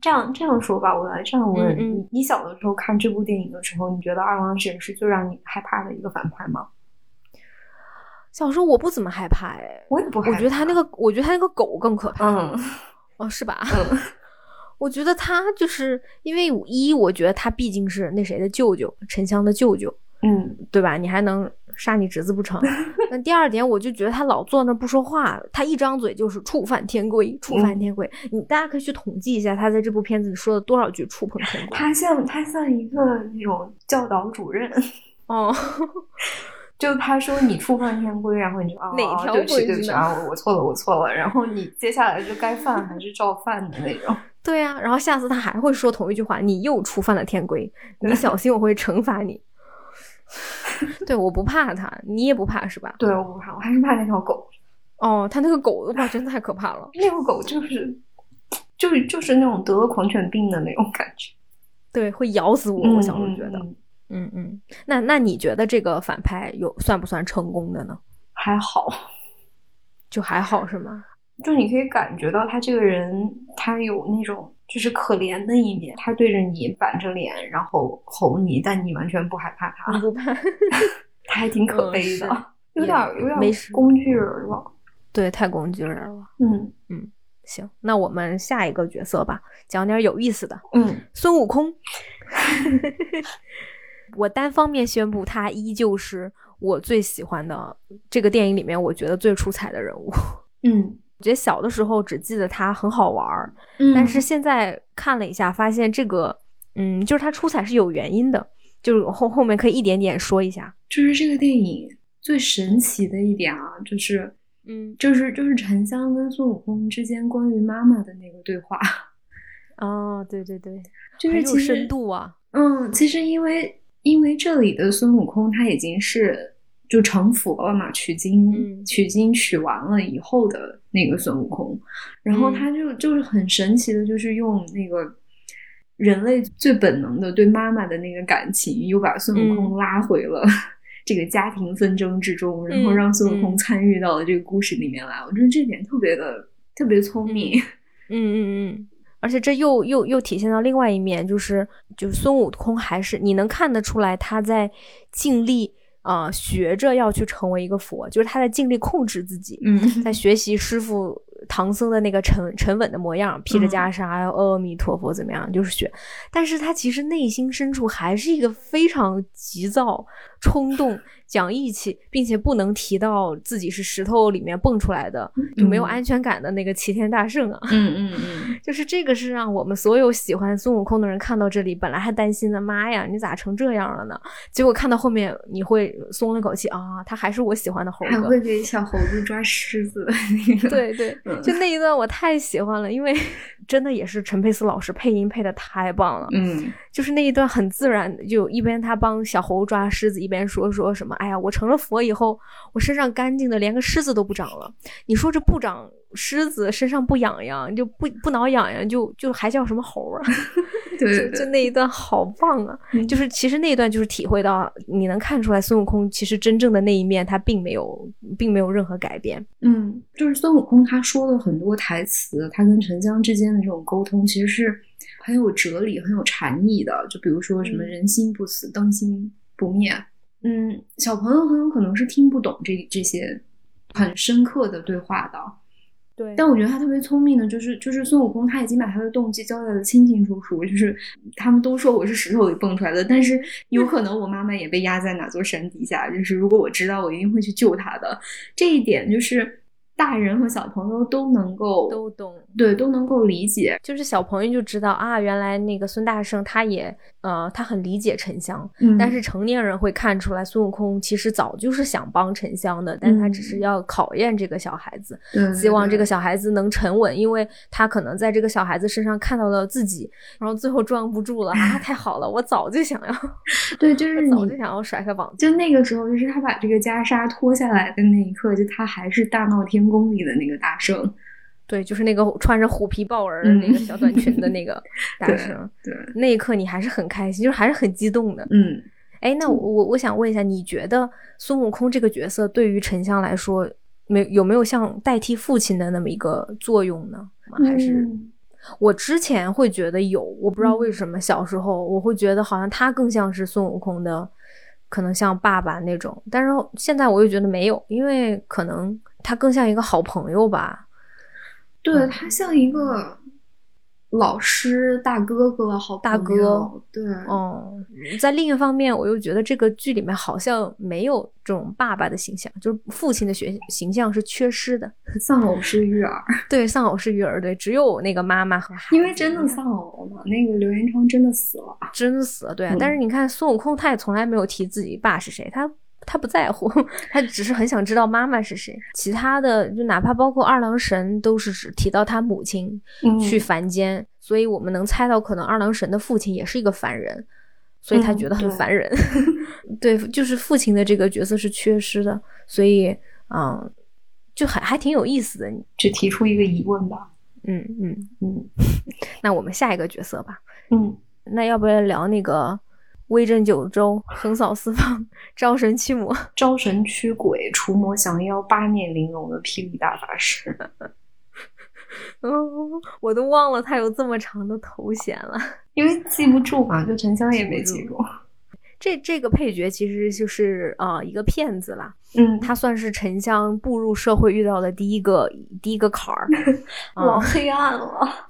这样这样说吧，我来这样问、
嗯嗯
你：你小的时候看这部电影的时候，你觉得二郎神是最让你害怕的一个反派吗？
小时候我不怎么害怕哎，
我也不害
我
怕，
觉得他那个，我觉得他那个狗更可怕。
嗯
哦，是吧？
嗯
我觉得他就是因为一，我觉得他毕竟是那谁的舅舅，沉香的舅舅，
嗯
对吧？你还能杀你侄子不成？那第二点，我就觉得他老坐那儿不说话，他一张嘴就是触犯天规，触犯天规。你大家可以去统计一下，他在这部片子里说了多少句触碰天规。
他像他像一个那种教导主任，
哦，
就他说你触犯天规，然后你就啊
哪
啊啊
条
对不
规
起对不
矩
起
呢
啊，我我错了我错了，然后你接下来就该犯还是照犯的那种。
对呀、然后下次他还会说同一句话：“你又触犯了天规，你小心我会惩罚你。” 对，我不怕他，你也不怕是吧？
对，我不怕，我还是怕那条狗。
哦，他那个狗哇，真的太可怕了。
那条狗就是，就是就是那种得了狂犬病的那种感觉。
对，会咬死我。我小时候觉得，
嗯嗯嗯
嗯嗯。那那你觉得这个反派有算不算成功的呢？
还好，
就还好是吗？
就你可以感觉到他这个人，他有那种就是可怜的一面。他对着你板着脸，然后吼你，但你完全不害怕
你
他，
不 怕？
他还挺可悲的，
嗯是
有点
也
有点
没事
工具人了。
对，太工具人了。
嗯
行，那我们下一个角色吧，讲点有意思的。
嗯，
孙悟空， 我单方面宣布，他依旧是我最喜欢的这个电影里面，我觉得最出彩的人物。
嗯
我觉得小的时候只记得他很好玩儿，
嗯
但是现在看了一下，发现这个，嗯，就是他出彩是有原因的，就是后后面可以一点点说一下。
就是这个电影最神奇的一点啊，就是
嗯
就是就是沉香跟孙悟空之间关于妈妈的那个对话，
哦，对对对，
就
很
是
有
其实
深度啊。
嗯，其实因为因为这里的孙悟空他已经是就成佛了嘛，取经、
嗯
取经取完了以后的那个孙悟空，然后
嗯
他就就是很神奇的，就是用那个人类最本能的对妈妈的那个感情，又把孙悟空
嗯
拉回了这个家庭纷争之中，然后
嗯
让孙悟空
嗯
参与到了这个故事里面来。我觉得这点特别的特别聪明。
嗯嗯嗯，而且这又又又体现到另外一面，就是就是孙悟空还是你能看得出来他在尽力啊、呃学着要去成为一个佛，就是他在尽力控制自己，
嗯
在学习师傅唐僧的那个沉沉稳的模样，披
嗯
着袈裟，阿弥陀佛怎么样，就是学。但是他其实内心深处还是一个非常急躁、冲 动、讲义气，并且不能提到自己是石头里面蹦出来的，就没有
嗯
安全感的那个齐天大圣啊。
嗯嗯嗯，
就是这个是让我们所有喜欢孙悟空的人看到这里，本来还担心的，妈呀，你咋成这样了呢？结果看到后面，你会松了口气啊，他还是我喜欢的猴
还
哥。
会给小猴子抓虱子的那个。
对对，
嗯
就那一段我太喜欢了，因为 真的也是陈佩斯老师配音配的太棒了。
嗯，
就是那一段很自然，就一边他帮小猴抓虱子，一边说说什么：“哎呀，我成了佛以后，我身上干净的连个虱子都不长了。你说这不长虱子，身上不痒痒，就不不挠痒痒，就就还叫什么猴啊？
对对
就就
对，
那一段好棒啊！
嗯
就是其实那一段就是体会到，你能看出来孙悟空其实真正的那一面，他并没有并没有任何改变。
嗯，就是孙悟空他说了很多台词，他跟沉香之间的这种沟通，其实是很有哲理、很有禅意的。就比如说什么“
嗯
人心不死，灯心不灭”，嗯，小朋友很有可能是听不懂这这些很深刻的对话的。
对
但我觉得他特别聪明的，就是就是孙悟空他已经把他的动机交代的清清楚楚，就是他们都说我是石头里蹦出来的，但是有可能我妈妈也被压在哪座山底下，就是如果我知道，我一定会去救她的。这一点就是大人和小朋友都能够
都懂。
对都能够理解，
就是小朋友就知道啊，原来那个孙大圣他也呃，他很理解沉香，
嗯
但是成年人会看出来，孙悟空其实早就是想帮沉香的，但他只是要考验这个小孩子，
嗯对
希望这个
对
小孩子能沉稳，因为他可能在这个小孩子身上看到了自己，然后最后装不住了啊！太好了，我早就想要，
对，就是
我
你
早就想要甩开膀子。
就那个时候，就是他把这个袈裟脱下来的那一刻，就他还是大闹天宫里的那个大圣，
对，就是那个穿着虎皮豹纹儿
嗯
那个小短裙的那个大
对
圣，
对，
那一刻你还是很开心，就是还是很激动的。
嗯。
哎，那我我我想问一下，你觉得孙悟空这个角色对于沉香来说，没有没有像代替父亲的那么一个作用呢？还是、
嗯
我之前会觉得有，我不知道
嗯
为什么小时候我会觉得好像他更像是孙悟空的，可能像爸爸那种，但是现在我又觉得没有，因为可能他更像一个好朋友吧。
对
嗯
他像一个老师、大哥哥、好
大
朋
哥
友，对，
哦、在另一方面，我又觉得这个剧里面好像没有这种爸爸的形象，就是父亲的形形象是缺失的。
丧偶式育 儿，
对，丧偶式育儿，对，只有那个妈妈和孩子，
因为真的丧偶了嘛，那个刘延昌真的死了，
真的死了，对啊。
嗯
但是你看孙悟空，他也从来没有提自己爸是谁，他他不在乎， 他只是很想知道妈妈是谁。其他的就哪怕包括二郎神，都是只提到他母亲
嗯
去凡间，所以我们能猜到，可能二郎神的父亲也是一个凡人。所以他
嗯
觉得很
对
烦人， 对，就是父亲的这个角色是缺失的，所以，嗯，就还还挺有意思的，
只提出一个疑问吧，
嗯嗯。
嗯
那我们下一个角色吧，
嗯，
那要不要聊那个威震九州、横扫四方、招神驱魔？
招神驱鬼、除魔降妖、八面玲珑的霹雳大法师，
嗯，我都忘了他有这么长的头衔了。
因为记不住嘛，就沉香也没记住，
这这个配角其实就是呃一个骗子啦，
嗯，
他算是沉香步入社会遇到的第一个第一个坎儿。
老
嗯，
黑暗了，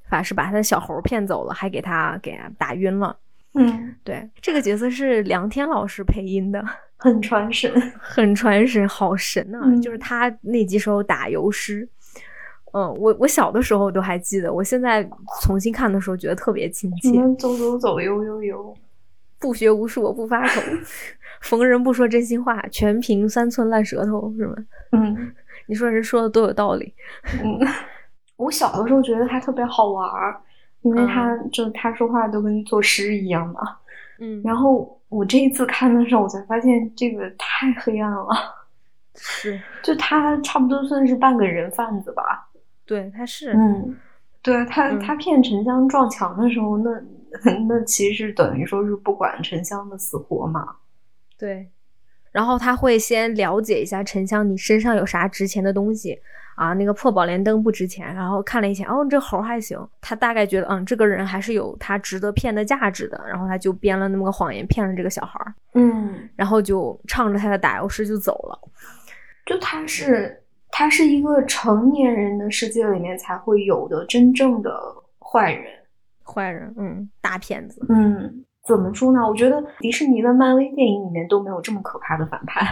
法师把他的小猴骗走了，还给他给他打晕了。
嗯，
对，这个角色是梁天老师配音的，
很传神，
很传神，好神呐、
嗯
就是他那几首打油诗，嗯，我我小的时候都还记得，我现在重新看的时候觉得特别亲切
你。们走走走，悠悠悠，
不学无术，我不发愁。 逢人不说真心话，全凭三寸烂舌头，是吗？
嗯。
你说人说的多有道理。
嗯，我小的时候觉得他特别好玩儿，因为他就他说话都跟作诗一样嘛。
嗯
然后我这一次看的时候，我才发现这个太黑暗了，
是，
就他差不多算是半个人贩子吧。
对，他是，
嗯，对他
嗯
他骗沉香撞墙的时候，那 那其实等于说是不管沉香的死活嘛。
对。然后他会先了解一下沉香，你身上有啥值钱的东西啊？那个破宝莲灯不值钱，然后看了一下，哦，这猴还行。他大概觉得，嗯，这个人还是有他值得骗的价值的。然后他就编了那么个谎言骗了这个小孩儿，
嗯，
然后就唱着他的打油诗就走了。
就他是他是一个成年人的世界里面才会有的真正的坏人。
坏人，嗯，大骗子。
嗯，怎么说呢？我觉得迪士尼的漫威电影里面都没有这么可怕的反派，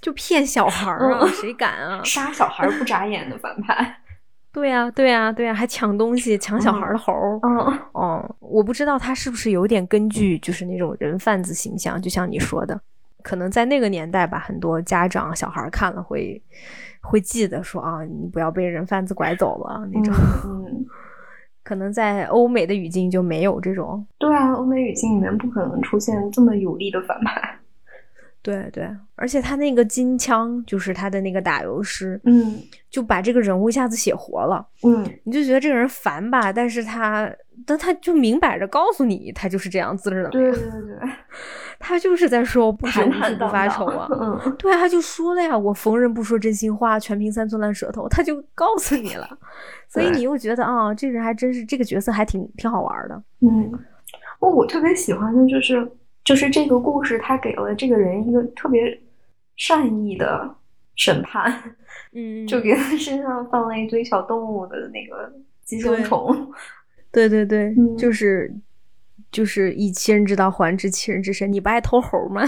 就骗小孩儿啊，
嗯
谁敢啊？
杀小孩不眨眼的反派。
对呀、对呀、对呀、还抢东西，抢小孩儿的猴儿。
嗯，
哦，我不知道他是不是有点根据，就是那种人贩子形象，就像你说的，可能在那个年代吧，很多家长小孩看了会会记得说啊，你不要被人贩子拐走了那种。
嗯，
可能在欧美的语境就没有这种。
对啊，欧美语境里面不可能出现这么有力的反 派。
对对，而且他那个金枪就是他的那个打油诗，
嗯
就把这个人物一下子写活了。
嗯
你就觉得这个人烦吧，但是他但他就明摆着告诉你，他就是这样姿势的，
对对对对，
他就是在说不是
坦
无
坦
事不
荡
发
荡
愁 啊。
嗯，
对啊，他就说了呀，我逢人不说真心话，全凭三寸烂舌头，他就告诉你了，所以
对
你又觉得啊，这人还真是这个角色还挺挺好玩的。
嗯，我我特别喜欢的就是，就是这个故事，它给了这个人一个特别善意的审判，
嗯
就给他身上放了一堆小动物的那个寄生虫。
对对对，
嗯
就是就是以其人之道还治其人之身，你不爱偷猴吗？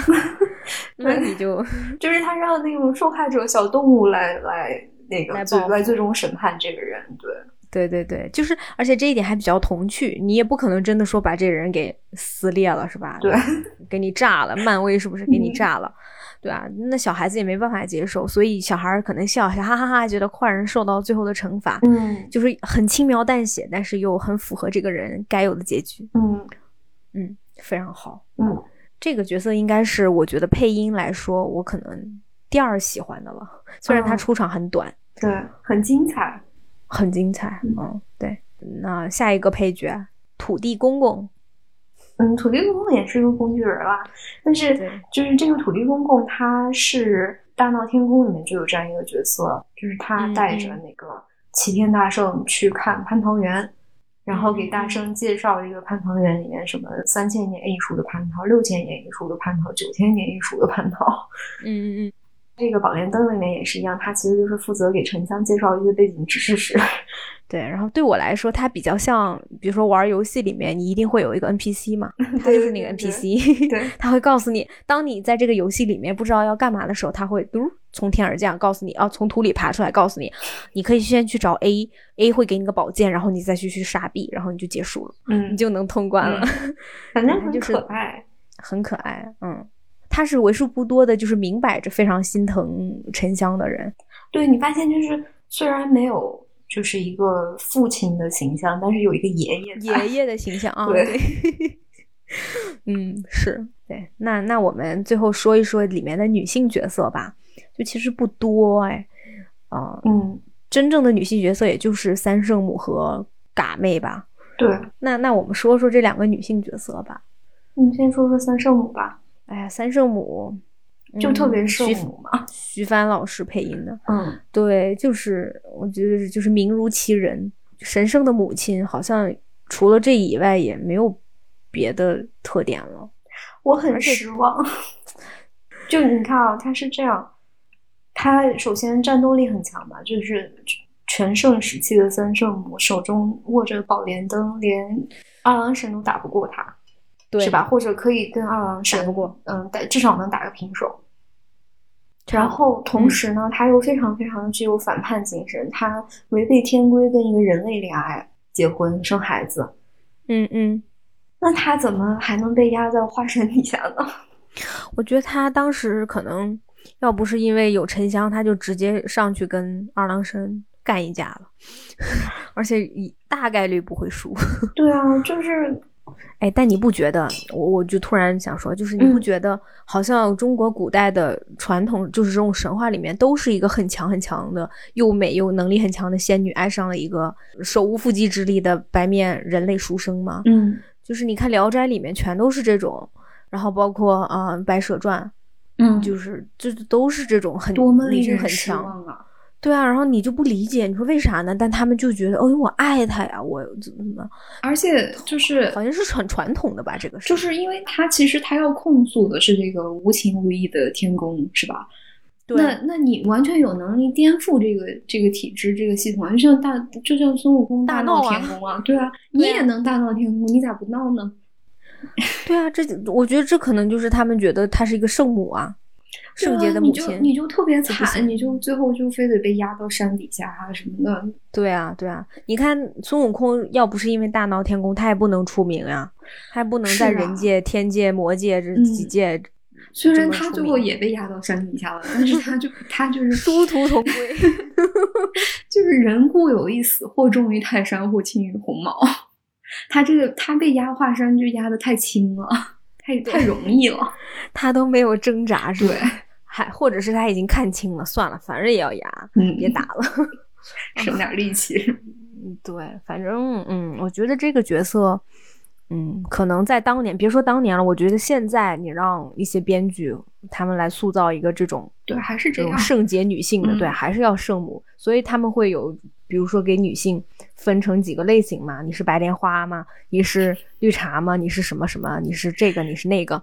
那你就
就是他让那种受害者小动物来来那个
来
最
报复
来最终审判这个人，对，
对对对，就是而且这一点还比较童趣，你也不可能真的说把这人给撕裂了是吧？
对，
给你炸了，漫威是不是给你
嗯
炸了？对啊，那小孩子也没办法接受，所以小孩儿可能笑一下，哈哈哈，觉得坏人受到最后的惩罚，
嗯
就是很轻描淡写，但是又很符合这个人该有的结局。
嗯
嗯，非常好。
嗯，
这个角色应该是我觉得配音来说，我可能第二喜欢的了，虽然他
嗯
出场很短，
对，很精彩。
很精彩。
嗯
嗯，对。那下一个配角，土地公公。
嗯，土地公公也是个工具人儿啦，但是
对
就是这个土地公公，他是《大闹天宫》里面就有这样一个角色，就是他
嗯
带着
嗯
那个齐天大圣去看蟠桃园，然后给
嗯
大
嗯
圣介绍这个蟠桃园里面什么三千年一熟的蟠桃、六千年一熟的蟠桃、九千年一熟的蟠桃。
嗯嗯
这个《宝莲灯》里面也是一样，他其实就是负责给沉香介绍一些背景知识。
嗯，对。然后对我来说，他比较像，比如说玩游戏里面，你一定会有一个 NPC 嘛，他就是那个
对对
NPC，
对
他会告诉你，当你在这个游戏里面不知道要干嘛的时候，他会嘟从天而降，告诉你，哦，从土里爬出来，告诉你，你可以先去找 A，A 会给你个宝剑，然后你再去去杀 B，然后你就结束了，
嗯
你，就能通关了，
反正
反正
很
就是
可爱。
很可爱，嗯。他是为数不多的，就是明摆着非常心疼沉香的 人，
对你发现就是虽然没有就是一个父亲的形象，但是有一个爷爷在。
爷爷的形象啊，
对
嗯，是对。那那我们最后说一说里面的女性角色吧，就其实不多哎，啊、
嗯，
真正的女性角色也就是三圣母和嘎妹吧。
对。
那那我们说说这两个女性角色吧。
你嗯先说说三圣母吧，
哎呀，三圣母
就特别圣
嗯徐
母嘛。
徐帆老师配音的，
嗯
对，就是我觉得就是名如其人，神圣的母亲好像除了这以外也没有别的特点了。
我很
而且
失望。 就你看啊，他是这样，他首先战斗力很强吧，就是全盛时期的三圣母手中握着宝莲灯，连二郎神都打不过他，
对，
是吧？？或者可以跟二郎神
打不过，
嗯，打至少能打个平手。
嗯
然后同时呢，他又非常非常具有反叛精神，他违背天规跟一个人类恋爱、结婚、生孩子，
嗯嗯，
那他怎么还能被压在花神底下呢？
我觉得他当时可能要不是因为有沉香，他就直接上去跟二郎神干一架了， 而且一大概率不会输。
对啊，就是
哎，但你不觉得？我我就突然想说，就是你不
嗯
觉得好像中国古代的传统，就是这种神话里面，都是一个很强很强的、又美又能力很强的仙女，爱上了一个手无缚鸡之力的白面人类书生吗？
嗯
就是你看《聊斋》里面全都是这种，然后包括啊、呃白蛇传》，
嗯
就是就是都是这种很
多么
理
令
性
人
很
失
强，
望啊！
对啊，然后你就不理解，你说为啥呢？但他们就觉得，哦，我爱他呀，我怎么怎么，
而且就是
好像是很传统的吧，这个是，
就是因为他其实他要控诉的是这个无情无义的天宫，是吧？那
对
那你完全有能力颠覆这个这个体制这个系统啊，就像大就像孙悟空
大
闹
闹啊
天宫啊， 对啊，你也能大闹天宫，你咋不闹呢？
对啊，这我觉得这可能就是他们觉得她是一个圣母啊，圣洁的母亲，
你就特别
不
惨，
行
你就最后就非得被压到山底下啊什么的。
对啊，对啊，你看孙悟空要不是因为大闹天宫，他也不能出名啊，他也不能在
是啊
人界、天界、魔界这几
嗯
界、
虽然
这么
他
出
最后
名
也被压到山底下了，但是他就他就是
殊途同 归。
就是人固有一死，或重于泰山，或轻于鸿毛。他这个他被压华山就压的太轻了，太太容易了。
他都没有挣扎，是吧
对？
还或者是他已经看清了，算了，反正也要压，
嗯，
别打了。
省点力气。
嗯，对，反正嗯，我觉得这个角色，嗯，可能在当年，别说当年了，我觉得现在你让一些编剧他们来塑造一个这种
对，还是
这
这
种
样。
圣洁女性的，
嗯
对，还是要圣母，所以他们会有，比如说给女性分成几个类型嘛，你是白莲花吗？你是绿茶吗？你是什么什么？你是这个，你是那个，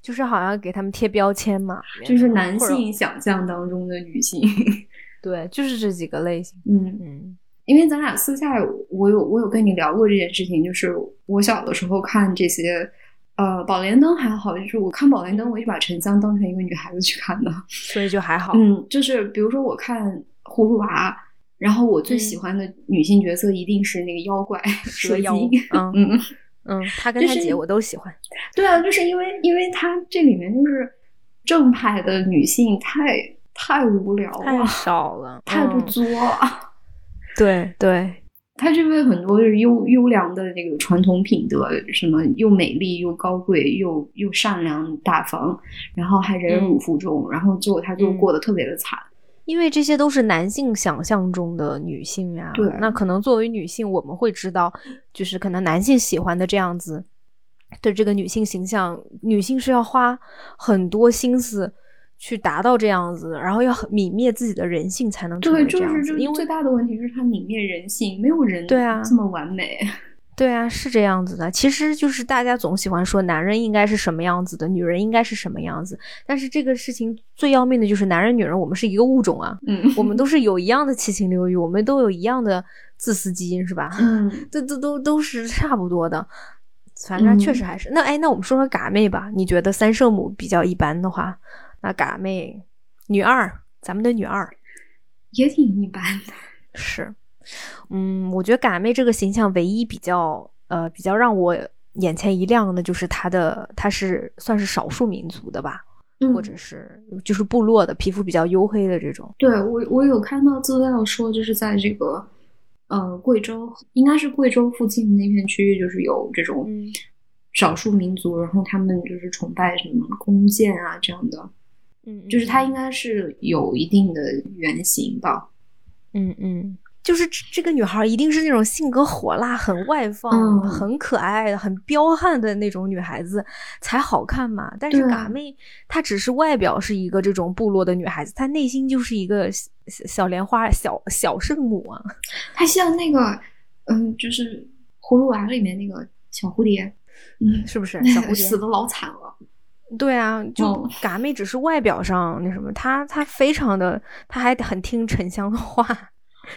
就是好像给他们贴标签嘛，
就是男
或者
性想象当中的女性，
对，就是这几个类型，
嗯，
嗯
因为咱俩私下有我有我有跟你聊过这件事情，就是我小的时候看这些，呃，宝莲灯还好，就是我看宝莲灯，我就把沉香当成一个女孩子去看的，
所以就还好，
嗯，就是比如说我看葫芦娃，然后我最喜欢的女性角色一定是那个妖怪
蛇
蛇
妖
精，，
嗯
嗯，
嗯，他跟
就
他
是
姐我都喜欢，
对啊，就是因为因为它这里面就是正派的女性太太无聊
太
了，
少了，
太不
嗯
作了。
对对，
它这边很多就是优优良的那个传统品德，什么又美丽又高贵又又善良大方，然后还忍辱负重，然后结果他就
嗯
过得特别的惨。
因为这些都是男性想象中的女性呀。
对
那可能作为女性，我们会知道，就是可能男性喜欢的这样子的这个女性形象，女性是要花很多心思去达到这样子，然后要很泯灭自己的人性才能成
对，
为
就
这样
是
子。
就
因
是
为
最大的问题就是他泯灭人性，没有人
对啊
这么完美。
对啊，是这样子的。其实就是大家总喜欢说男人应该是什么样子的，女人应该是什么样子，但是这个事情最要命的就是男人女人，我们是一个物种啊。
嗯，
我们都是有一样的七情六欲，我们都有一样的自私基因，是吧？
嗯，
这都都都是差不多的，反正确实还是、那哎，那我们说说嘎妹吧。你觉得三圣母比较一般的话，那嘎妹女二，咱们的女二
也挺一般的。
是，嗯，我觉得嘎妹这个形象唯一比较呃比较让我眼前一亮的就是她的她是算是少数民族的吧，
嗯
或者是就是部落的皮肤比较黝黑的这种，
对我我有看到资料说，就是在这个呃贵州，应该是贵州附近那片区域，就是有这种
嗯
少数民族，然后他们就是崇拜什么弓箭啊这样的，
嗯
就是它应该是有一定的原型吧。
嗯，嗯，就是这这个女孩一定是那种性格火辣、很外放、
嗯
很可爱、很彪悍的那种女孩子才好看嘛。但是
对
嘎妹她只是外表是一个这种部落的女孩子，她内心就是一个小小小莲花、小小圣母啊。
它像那个，嗯，就是葫芦娃里面那个小蝴蝶，嗯，
是不 是
那
小
个
蝴
死
蝶？
的老惨了。
对啊，就
嗯
嘎妹只是外表上那什么，她她非常的，她还很听沉香的话。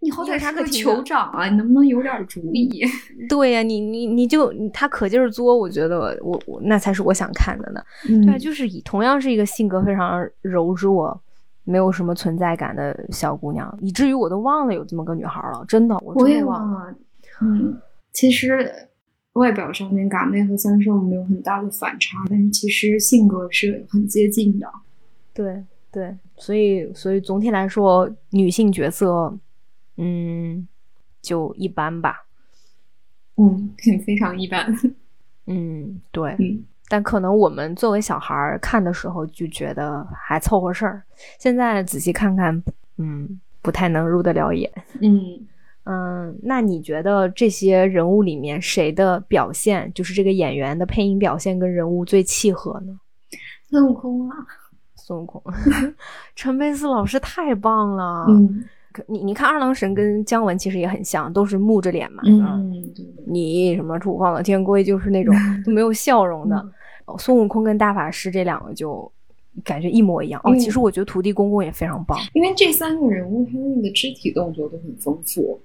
你好
因为
歹
它
是
可
个
挺
酋长啊，你能不能有点主意？
对呀、你你你就你她可劲儿作，我觉得我我那才是我想看的呢。
嗯
对，啊就是以同样是一个性格非常柔弱、没有什么存在感的小姑娘，以至于我都忘了有这么个女孩了，真的，我
我
真
也
的
忘
忘了。
了。嗯，其实外表上面嘎妹和三圣没有很大的反差，但是其实性格是很接近的。
对对，所以所以总体来说，女性角色，嗯，就一般吧。
嗯，非常一般。
嗯，对，
嗯。
但可能我们作为小孩儿看的时候就觉得还凑合事儿，现在仔细看看，嗯，不太能入得了眼。
嗯，
嗯，那你觉得这些人物里面谁的表现，就是这个演员的配音表现跟人物最契合呢？
孙悟空啊，
孙悟空， 陈佩斯老师太棒了。，
嗯
你你看二郎神跟姜文其实也很像，都是木着脸嘛。吧
嗯，对
你什么楚放了天龟，就是那种都没有笑容的。
嗯
哦孙悟空跟大法师这两个就感觉一模一样。哦，
嗯
其实我觉得土地公公也非常棒。
因为这三个人物他那个肢体动作都很丰富，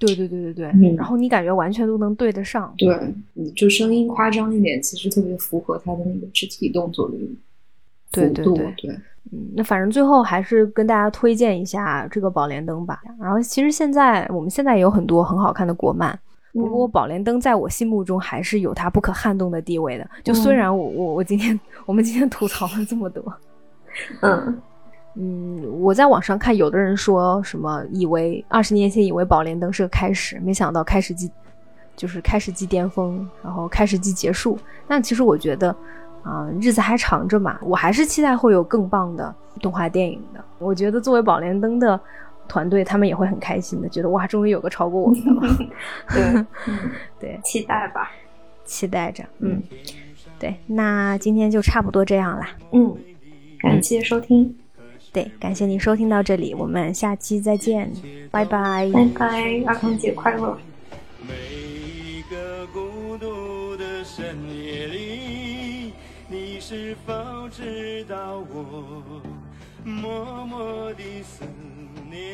对对对对对。
嗯
然后你感觉完全都能对得上。
对，嗯你就声音夸张一点，其实特别符合他的那个肢体动作的幅
对对
度，
对嗯，那反正最后还是跟大家推荐一下这个宝莲灯吧。然后其实现在我们现在也有很多很好看的国漫，
嗯
不过宝莲灯在我心目中还是有它不可撼动的地位的。
嗯
就虽然我我我今天我们今天吐槽了这么多，
嗯
嗯，我在网上看有的人说什么以为二十年前以为宝莲灯是个开始，没想到开始即就是开始即巅峰，然后开始即结束。但其实我觉得啊、日子还长着嘛，我还是期待会有更棒的动画电影的。我觉得作为宝莲灯的团队，他们也会很开心的，觉得哇，终于有个超过我们的了。
对，
对，
期待吧，
期待着，嗯，对，那今天就差不多这样啦。
嗯，感谢收听，
对，感谢您收听到这里，我们下期再见，拜拜。
拜拜，儿童节快乐。
每一个孤独的深夜里，你是否知道我默默的思念？